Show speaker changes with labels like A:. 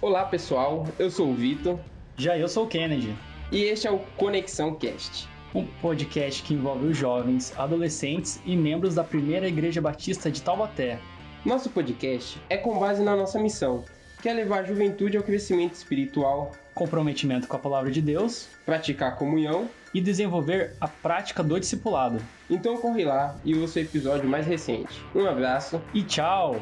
A: Olá pessoal, eu sou o Vitor
B: Já eu sou o Kennedy,
A: e este é o Conexão Cast.
B: um podcast que envolve os jovens, adolescentes e membros da primeira Igreja Batista de Taubaté.
A: Nosso podcast é com base na nossa missão, que é levar a juventude ao crescimento espiritual,
B: Comprometimento com a palavra de Deus
A: praticar a comunhão.
B: e desenvolver a prática do discipulado.
A: Então corre lá e ouça o episódio mais recente. Um abraço.
B: E tchau!